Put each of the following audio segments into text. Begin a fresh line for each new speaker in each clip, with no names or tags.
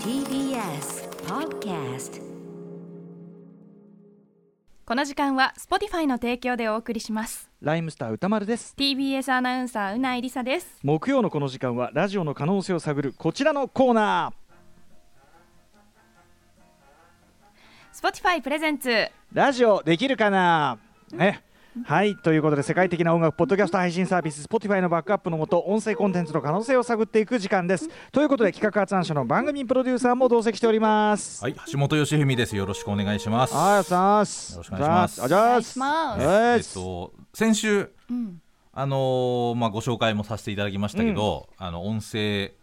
TBS Podcast
この時間は Spotify の提供でお送りします
ライムスター歌丸です。
TBS アナウンサーうないりさです
木曜のこの時間はラジオの可能性を探るこちらのコーナ
Spotify プレゼンツ
ー。ラジオできるかな。ね。はいということで世界的な音楽ポッドキャスト配信サービス Spotify のバックアップのもと音声コンテンツの可能性を探っていく時間です。ということで企画発案者の番組プロデューサーも同席しております。
はい、橋本良文です。よろしくお願いします。
あざーす。
よろしくお願いします
あざー
お願いします
あざー
えっ
す。
と、先週、
ん
あのーまあ、ご紹介もさせていただきましたけど、あの音声。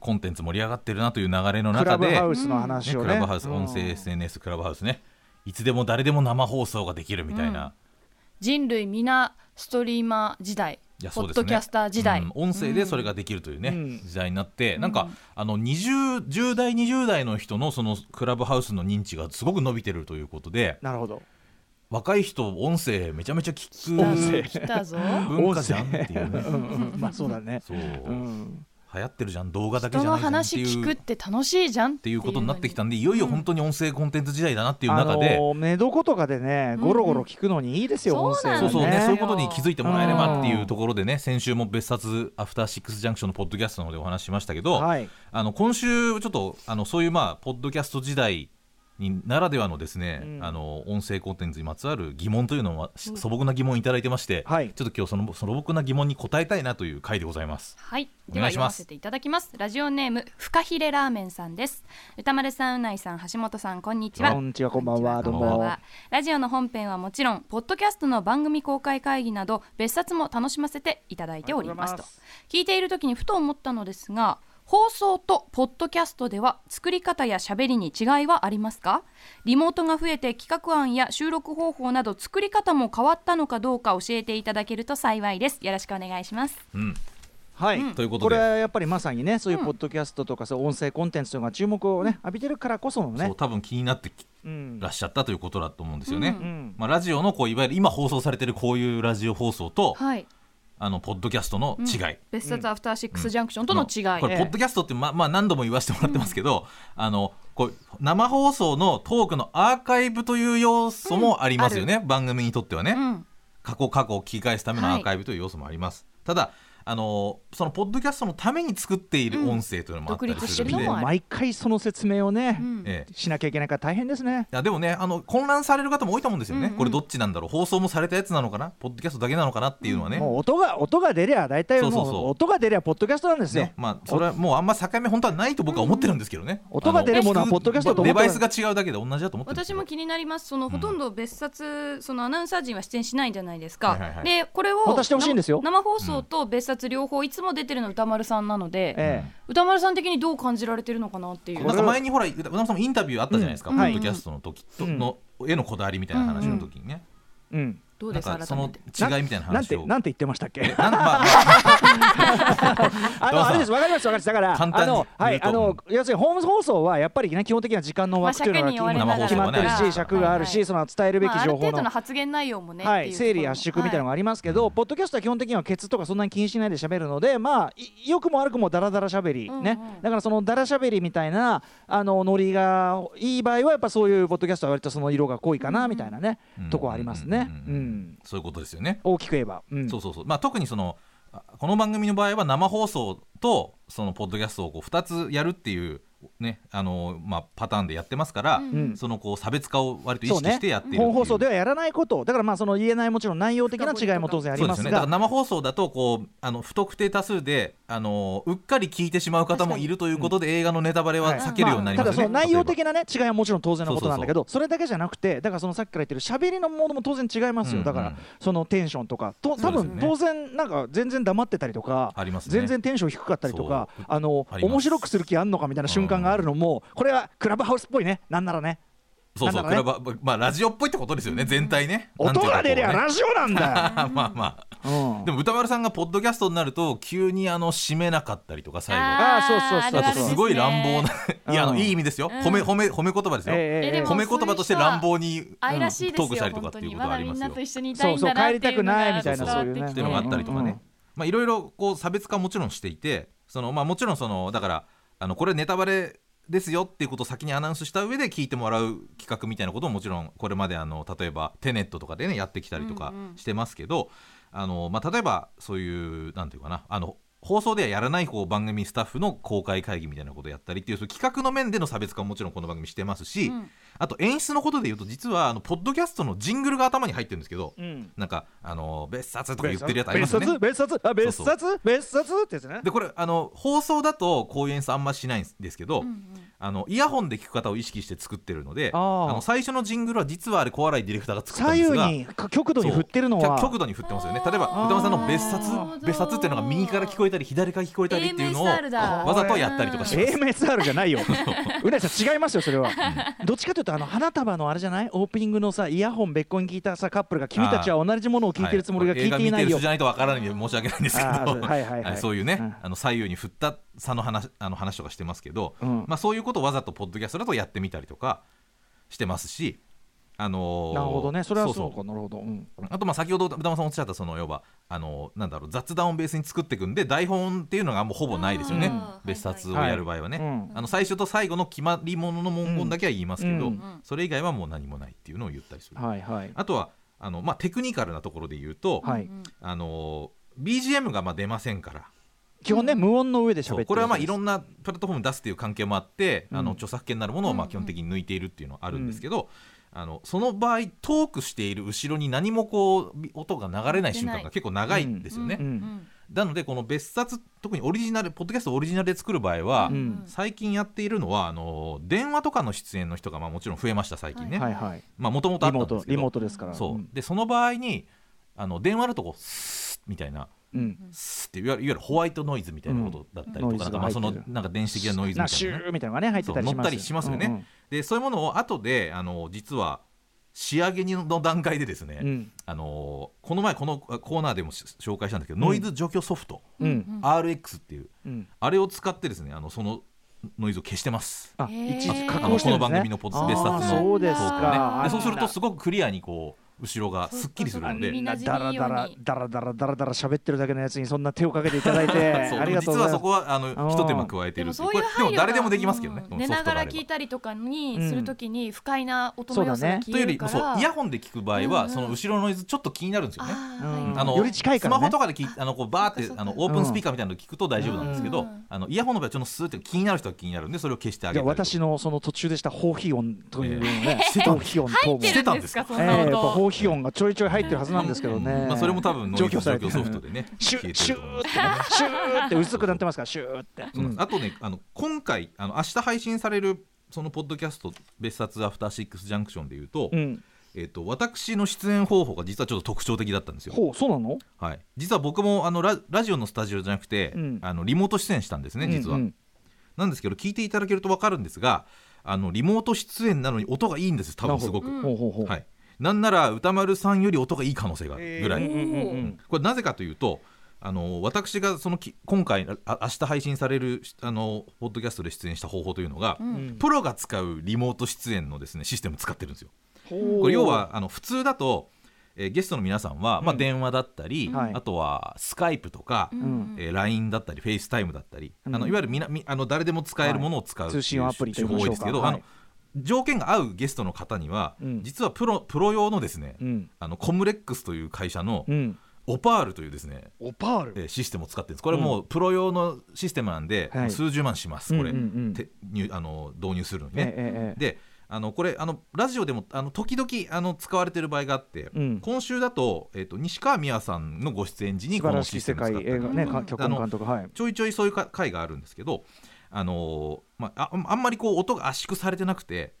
コンテンツ盛り上がってるなという流れの
クラ
中
ブ
で。
ハウ
ね
スの話を
ク
ね。
ラブハウス、
うん
音声 S. N. S. クラブハウスね。いつでも誰でも生放送ができるみたいな。
人類皆ストリーマー時代、
いや
ポ
そう
ッ
ですね
ドキャスター時代、
うん音声でそれができるというね、
うん
時代になって、なんかあの20 10代20代の人のそのクラブハウスの認知がすごく伸びてるということで
なるほど。
若い人音声めちゃめちゃ聞く
音声
来た ぞ
文化じゃんっていうね
音声うんうんまあそうだね。
そう、
うん。
流行ってるじゃん動画だけじ
人
ゃ
の
ないじゃんって
話
いう
聞くって楽しいじゃんっ
っていうことになってきた
っ
んでいよいよ本当に音声コンテンツ時代だなっていう
あ
中
の
で、
ー寝床とかでねゴロゴロ聞くのにいいですよ
うん
音声はね。
そうそうね
ね
そういうことに気づいてもらえればっていうところでね先週も別冊「アフターシックスジャンクション」のポッドキャストの方でお話ししましたけど、
はい。
あの今週ちょっとあのそういうまあポッドキャスト時代にならではのですね、
うん
あの音声コンテンツにまつわる疑問というのは素朴な疑問をいただいてまして、
はい
ちょっと今日その素朴な疑問に答えたいなという回でございます。
はい
お
で
願
はい
し
読ま
ま
せ
す。
ていただきますラジオネームフカヒレラーメンさんです
歌丸さんうないさん橋本さんこんにちは
こんにちは、こんばんは、どう
こんばん
も。
はラジオの本編はもちろんポッドキャストの番組公開会議など別冊も楽しませていただいておりますと聞いている時にふと思ったのですが放送とポッドキャストでは作り方や喋りに違いはありますかリモートが増えて企画案や収録方法など作り方も変わったのかどうか教えていただけると幸いですよろしくお願いします
うん、
はい、
ということ
これ
で
はやっぱりまさにね、そういうポッドキャストとか、そう音声コンテンツとか注目をね、浴びてるからこその
そ
ね
う。多分気になってき
うん
らっしゃったということだと思うんですよね。
うん
まあ、ラジオのこういわゆる今放送されてるこういうラジオ放送と、
はい
あのポッドキャストの違い、
別冊アフターシックスジャンクションとの違い、
これポッドキャストってままあ何度も言わせてもらってますけど、あのこう生放送のトークのアーカイブという要素もありますよね、番組にとってはね、
ん
過去過去を聞き返すためのアーカイブという要素もあります、ただあのそのポッドキャストのために作っている音声というのもあったりするの
独立して
で、
るのもある
毎回その説明をね、
ええ
しなきゃいけないから大変ですね。
いやでもねあの混乱される方も多いと思うんですよね、これどっちなんだろう放送もされたやつなのかなポッドキャストだけなのかなっていうのはね、
もう音が、音が出りゃ、大体もう
そうそうそう
音が出りゃ、ポッドキャストなんですよ
ね。まあ、それはもうあんま境目本当はないと僕は思ってるんですけどね、
うん音が出るものは
あ
ポッドキャストと思
デ
って
バ
る
イスが違うだけで同じだと思ってるんです
私
よ
も気になりますその、ほとんど別冊そのアナウンサー陣は出演しないじゃないですか、
はいはいはい
でこれを
またしてほしいんですよ
生生放送と別冊両方いつも出てるの歌丸さんなので、
え
歌丸さん的にどう感じられてるのかなっていう
これ
なんか前にほら宇多田さんもインタビューあったじゃないですか、
うん
ポ
はい
ッドキャストの時と、
うん
のへのこだわりみたいな話の時にね、
えうん。
どうで
なん
す改
かそ
め
の
て
違いみた
な
いな
ん
話
て、
を
なんて言ってましたっけ。
なんまあま
あの、
あどうぞ
あれです、わかります、わかります、だから、
簡単
あ
に
の、は
言う
い、
と
あの、要するに、ホーム放送は、やっぱりね、基本的な時間の枠というのが
まあ尺
決
に追われながら
決まってるし、尺がある
は
し、
い
その伝えるべ
まあ、
き
ある
情
程
報
度
の
の。発言内容もね、
は
って
い、
う
整理圧縮みたいなのがありますけど、ポッドキャストは基本的にはケツとかそんなに気にしないで喋るのでまあい良くも悪くもダラダラ喋り、ねだからそのダラ喋りみたいなあのノリがいい場合はやっぱそういうポッドキャストは割とその色が濃いかなみたいなね、
うん
とこありますね、う
うんんそういうことですよね、
大きく言えば、うん
そうそうそうまあ特にそのあこの番組の場合は生放送とそのポッドキャストをこう2つやるっていうねあのまあパターンでやってますから、
うん
そのこう差別化を割と意
そう
識
ね
してやっているっていう
本放送ではやらないことをだからまあその言えないもちろん内容的な違いも当然あり
そうで
ますす
よね、だか
が
ら生放送だとこうあの不特定多数であのうっかり聞いてしまう方もいるということで、映画のネタバレは避けるようになり
た
ま
だ
す
そ
よね。
の内容
例え
的なね違いはもちろん当然のことなんだけどそれだけじゃなくてだからそのさっきから言ってる喋りのものも当然違いますよだからそのテンションとかと多分当然なんか全然黙ってたりとか
ばありますね。
全然テンション低かったりとかあの
あります
面白くする気あんのかみたいな瞬間があるのもこれはクラブハウスっぽいねなんならね
そうそう、
なん
ク
だ
ラ
ろうね
ブはまあラジオっぽいってことですよね全体ね。
音が出りゃ
なん
ラジオなんだ
ていうかこうねまあま あ。
ようん
でも歌丸さんがポッドキャストになると急にあの締めなかったりとか最後。
あーそうそうそう
あ
あ
とすごい乱暴ないやあ
う
の
ん
いい意味ですよ、褒め褒め褒め言葉ですよ、
ええええ
えでも
褒め言葉として乱暴にうんト
愛らしいです
ー
よ、
クしたりと
本
かって
当
いう
に
こ
ま
とはあ
だ
り
み
ま
ん
す
な
よ
と一緒にいたいんだなっていうのが伝わってきて
そうそう帰りたくないみたいなそういうね
っていうのがあったりとかね、
うん
まあ、いろいろこう差別化もちろんしていてその、まあ、もちろんそのだからああのこれネタバレですよっていうことを先にアナウンスした上で聞いてもらう企画みたいなことももちろんこれまであの例えばテネットとかでねやってきたりとかしてますけど、あのまあ、例えばそういうなんていうかなあの放送ではやらないこう番組スタッフの公開会議みたいなことをやったりっていうそういう企画の面での差別化ももちろんこの番組してますし、あと演出のことで言うと実はあのポッドキャストのジングルが頭に入ってるんですけど、
うん
なんかあの別冊とか言
別
ってるやつ
冊
ありますよね。
別冊あ別
そう
冊別冊ってやつね
でこれあの放送だとこういう演出あんましないんですけど、あのイヤホンで聞く方を意識して作ってるので
あ
あ
ー
の最初のジングルは実はあれ小笑いディレクターが作ったん
左
ですが
右にか極度に振ってるのは
そう極度に振ってますよね例えば
あー
歌丸さんの別冊
な
るほど
別冊っていうのが右から聞こえたり左から聞こえたりっていうのを
AMSR だ
わざとやったりとかします
AMSR じゃ ないようなぎさん違いますよそれはどっちかというとあの花束のあれじゃないオープニングのさイヤホン別個に聞いたさカップルが君たちは同じものを聞いてるつもりが聞いていない
は映画見てる
よ
人じゃないとわからないんで申し訳ないんですけど、
あーそうはいはいはい
そういうね、
うん
あの左右に振った差の話あの話とかしてますけど、
うん
まあ、そういうことをわざとポッドキャストだとやってみたりとかしてますし、あのー
なるほどねそれはそうか
そう
なるほど、うん
あとまあ先ほど歌丸さんおっしゃったその要はあのーなんだろう雑談をベースに作っていくんで台本っていうのがもうほぼないですよね、
うん
別冊をやる場合はね、
はいうん
あの最初と最後の決まりものの文言だけは言いますけ
う
ど、
ん
それ以外はもう何もないっていうのを言ったりする、
はいはい
あとはあの、まあ、テクニカルなところで言うと、
はい
あのー BGM がまあ出ませんから
基本ね無音の上で喋って
そう
る
これはまあいろ
ん
んなプラットフォームに出すという関係もあって、
うん
あの著作権になるものをまあ基本的に抜いているっていうのはあるんですけど、あのその場合トークしている後ろに何もこうび音が流れない瞬間が結構長いんですよね。
うん
なのでこの別冊特にオリジナルポッドキャストオリジナルで作る場合は、
うん
最近やっているのはあの電話とかの出演の人がまあもちろん増えました最近ね。
はいはい
まあもともとあ
リ
った
モー
んで
ト
すけ
リモー
ど
トですから
そう、
ん
でその場合にあの電話だとこうスッみたいな
うん
スッっていわゆるいわゆるホワイトノイズみたいなことだったりとか,、
うんノ
なん
イズ
か
が入っ
まあ
て
そ
る
のなんか電子的なノイズ
な
み
シ
た
ュ
いな,、ね、
ーみたいなのがね入ってたり
そう
し
乗
ま
っ
す
たりしますよね
うんうん
でそういうものを後であの実は仕上げにの段階でですね、
うん
あのこの前このあコーナーでもし紹介したんですけど、ノイズ除去ソフト、
うん、
RX っていう
うん、
あれを使ってですねあのそのノイズを消してます。
あ、
ー
一時加
あ
工
の
して
こ
る
の
んですね
番組のポッドベス
あ
タ
ー
ッフ
そ
の
うです
トーク
か
をねでそうすると
す
すごくクリアにこう後ろがすっきりするので
みんな
ダラダラダラダラダラダラ喋ってるだけのやつにそんな手をかけていただいて
そう
ありがと
実
うござ
はいそ
ます
こはあの一手間加えて
でも
るって
そ
い
うういう
これで
配慮
も誰でもできますけどね、
うん寝ながら聞い
た
たりとかにするときに不快な音の要素
そうだ
が
ね
という
消え
よ
る
り
か
も
ら、
そうイヤホンで聞く場合
うんう
は
ん
その後ろのノイズちょっと気になるんですよね。
あ
う
ー
ん
はい
あの
より近いからね
スマホとかで聞いあのこうバーって
そっかそっか
あのオープンスピーカーみたいなの聞くと大丈夫なんですけど、
うん
あのイヤホンの場合はちょっとスーって気になる人は気になるんでそれを消してあ
じ
げ
ゃあ
る
私のその途中でした放棄音というのね、
ええ
放棄音等も
してたんですか
入ってるんですかそん
ええ
な
やっぱ
音
放棄音がちょいちょい入ってるはずなんですけどね、
まあ、それも多分ノイズ
除
除去
去されてる
ソフトでね
シュ
消え
ッ
て
シ
る
ューって
と思う
ねシューって薄くなってますからシューって、
そうなんですあとねあの今回あの明日配信されるそのポッドキャスト別冊アフターシックスジャンクションでいうと,、
うん、
えっと私の出演方法が実はちょっと特徴的だったんですよ。
ほうそうなの
はい、実は僕もあのララジオのスタジオじゃなくて、
うん
あのリモート出演したんですね実は、
うんうん
なんですけど聞いていただけると分かるんですがあのリモート出演なのに音がいいんです多分すごく、
ほうほうほう、
はい、なんなら歌丸さんより音がいい可能性があるぐらい、
うんうんうん
これなぜかというとあの私がそのき今回あ明日配信されるあのポッドキャストで出演した方法というのが、プロが使うリモート出演のですねシステム使ってるんですよ。
ほう
これ要はあの普通だと、えーゲストの皆さんは、まあ、電話だったり、
はい
あとはスカイプとか、
ん
えー LINE だったりフェイスタイムだったり、
うん
あのいわゆるみなみあの誰でも使えるものを使う、
はい通信アプリと
手
言いま
法
し
多
ょうか
いですけど、
はい
あの条件が合うゲストの方には、
うん
実はプロプロ用のですね、
うん
あのコムレックスという会社の、
うん
オパールというですね、
オパール
えーシステムを使ってるんですこれもうプロ用のシステムなんで、
はい
数十万しますこれ、
うんうんうん
て入あの導入するのに
え
ね。
ええええ
であのこれあのラジオでもあの時々あの使われてる場合があって、
うん
今週だと,、えっと西川美和さんのご出演時
え
に
素
こ
晴
の
らし
シ
い
ステ
世
ムを使
界
ったり
映画ねか脚本監督はい
ちょいちょいそういうか回があるんですけど、あのーまあ、ああんまりこう音が圧縮されてなくて、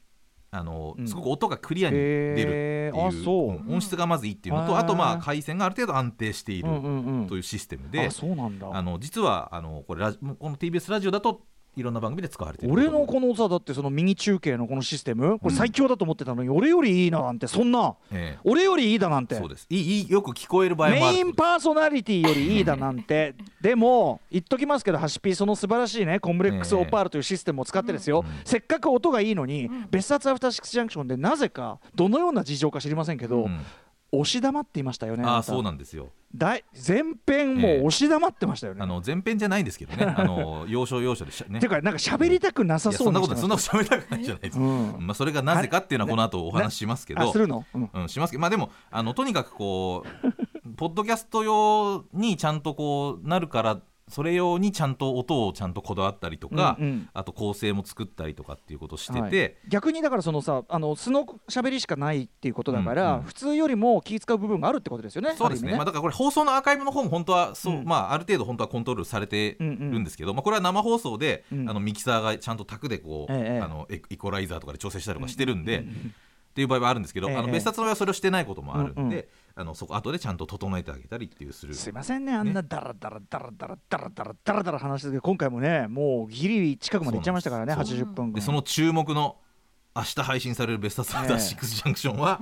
あのー
うん
すごく音がクリアに出るってい
へ
う,うん、
ーあそう
音質がまずいいっていうのと、
うん
あとまあ回線がある程度安定している
うんうんうん
というシステムで、
あそうなんだ
あの実はあのこれラジこの TBS ラジオだといろんな番組で使われている
俺のこのさだってそのミニ中継のこのシステムこれ最強だと思ってたのに、俺よりいいななんてそんな
え
俺よりいいだなん
え
て
そうですいいいいよく聞こえる場合
メ
もある
インパーソナリティよりいいだなんてでも言っときますけどハシピーその素晴らしいねコンプレックス
ええ
オパールというシステムを使ってですよ、
うん
せっかく音がいいのに、別冊アフターシックスジャンクションでなぜかどのような事情か知りませんけど、
うん
押し黙っていましたよね
あ
なん
あ
か
そうなんですよ
大全編もう押し黙ってましたよね。
あの前編じゃないんですけどねあの要所要所でしたね
ていうかなんか喋りたくなさ
いや
そ
そ
うん
な
な
こ
人
と
が
そんなこと喋りたくないじゃないですか、
うん
まあ、それがなぜかっていうのはこの後お話ししますけ
あ
ど
するの、うん
うん、しますけどまあでもあのとにかくこうポッドキャスト用にちゃんとこうなるからそれ用にちゃんと音をちゃんとこだわったりとか、
うんうん
あと構成も作ったりとかっていうことをしてて、
はい逆にだからそのさあの素の喋りしかないっていうことだから、
うんうん
普通よりも気使う部分があるってことですよね。
そうですね
ある意
まあ、
味
だからこれ放送のアーカイブの方も本当はそう、
うん
まあ、ある程度本当はコントロールされてるんですけど、まあ、これは生放送で、
うん
あのミキサーがちゃんと卓でこう、
ええ
あのイイコライザーとかで調整したりとかしてるんで、っていう場合はあるんですけど、
ええ
あの別冊の場合はそれをしてないこともあるんで、
うんうん
あのそこ後でちゃんと整えてあげたりっていうする。
すいませんねあんなダラダラダラダラダラダラダラダラ話してたけど今回もねもうギリギリ近くまで行っちゃいましたからね
そうなん
80分
でその注目の明日配信される別冊アフターシックスジャンクションは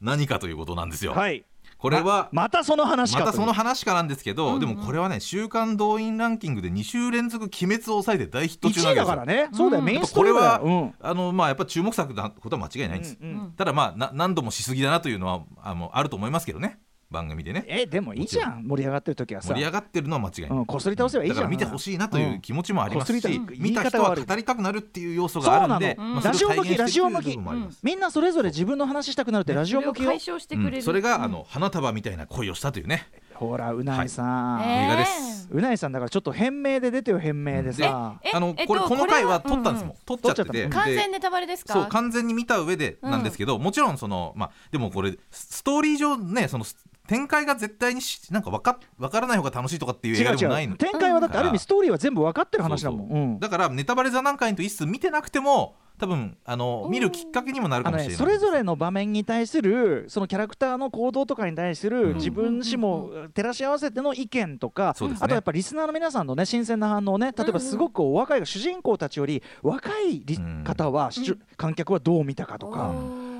何かということなんですよ。
はい
これは
ままたその話か
また
という
その話かなんですけど、でもこれはね週間動員ランキングで2週連続「鬼滅」を抑えて大ヒット中な
1
わ
位
けで
だからね、
すよ
そうだよメイ
や
ン
っ
ス
ぱ
ト
こ
ーリ
れ
ーだ
は、
よ、うん
あのまあやっぱ注目作なことは間違いないんです、
うんうん
ただまあな何度もしすぎだなというのはあのあると思いますけどね番組でね
えでもいいじゃん盛り上がってる時はさ
盛り上がってるのは間違いない、
うんこすり倒せばいいじゃん
だから見てほしいなという気持ちもありますし、
うんこすりたい
見た人は語りたくなるっていう要素があるんで
そうなの
まあそれを体現してるっていう部分もあります
みんなそれぞれ自分の話したくなるってラジオ
それを
向きを
解消して
う
くれ
ん
る
それが、あの花束みたいな恋をしたというね
ほらうないさん、
はい
映
え
画です。
うないさんだからちょっと変名で出てよ変名でさ、
え
あの
えっ
これ
と
この回は
これは
撮ったんですもん、撮っちゃっ
撮
てて
っちゃったの
で
完全ネタバレですか
そう完全に見た上でなんですけど、もちろんそのまあでもこれストーリー上ねそのス展開が絶対にしなんかわかわからない方が楽しいとかっていう映
違
画
う
でもな
違
いの
う展開はだってある意味ストーリーは全部分かってる話だもん
そうそう
うん
だからネタバレ座談会と一数見てなくても多分あの見るきっかけにもなる
あ
か
の
もし
ね、
れない
それぞれの場面に対するそのキャラクターの行動とかに対す
うん
る自分自身も照らし合わせての意見とか、
そうですね
あとやっぱリスナーの皆さんのね新鮮な反応ね例えばすごくお若い主人公たちより若いり
うん
方は、しゅ観客はどう見たかとか。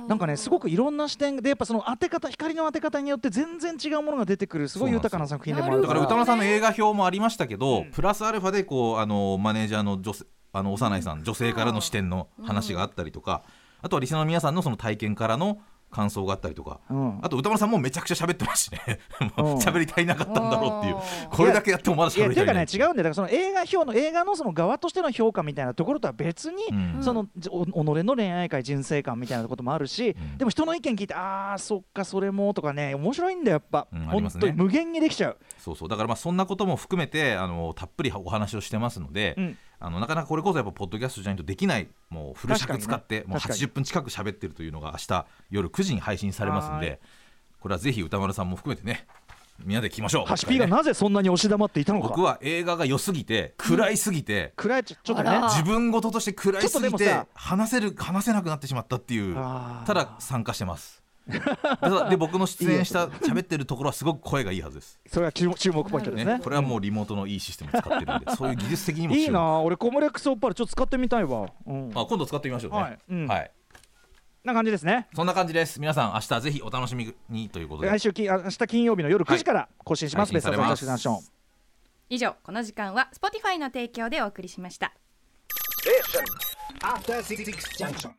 なんかねすごくいろんな視点でやっぱその当て方光の当て方によって全然違うものが出てくるすごい豊かな作品でもある
だ
か
から
ら
歌丸さんの映画表もありましたけど、
うん
プラスアルファでこうあのマネージャーの女性あの幼いさん、女性からの視点の話があったりとか、あとはリスナーの皆さんのその体験からの感想があったりとか、
うん
あと歌丸さんもめちゃくちゃ喋ってますしね
うん
もう喋り足りなかったんだろうっていう
うん
これだけやってもまだ
いや
喋り
ていう
足りな
かね
い
違うんだよだからその映画表の映画のその側としての評価みたいなところとは別に、
うん
そのじお己の恋愛観人生観みたいなこともあるし、
ん
でも人の意見聞いてああそっかそれもとかね面白いんだよやっぱ、
うんあり
本
ますね
当に無限にできちゃう、
そうそうだからまあそんなことも含めてあのたっぷりお話をしてますので、
うん
あのなかなかこれこそやっぱポッドキャストじゃないとできないもうフル尺使っ
確かに
て、
ね
もう
確かに
80分近く喋ってるというのが明日夜9時に配信されますん
は
でこれはぜひ歌丸さんも含めてねみんなで聞きましょう
ハシピーがなぜそんなに押し黙っていたの
僕
か
は映画が良すぎて暗いすぎて、
暗いちょちょっとね
あら
自分事として暗いすぎ
ちょっとでも
て
さ
話せる話せなくなってしまったっていう
あー
ただ参加してますただで僕の出 演した喋ってるところはすごく声がいいはずです
それは注目注目ポイントですね
ね、これはもうリモートのいいシステム使ってるんで、そういう技術的にも
いい
注目
な俺コムレックスオッパルちょっと使ってみたいわ、うん、
あ今度使ってみましょうね。
は
はいい、
うんな感じですね
そんな感じです。皆さん明日ぜひお楽しみにということで。
来週金あ明日金曜日の夜9時から更新します、
配
別
信さ
冊
れ
の
ます
私のナション
以上この時間は Spotify の提供でお送りしました
After Six Junction.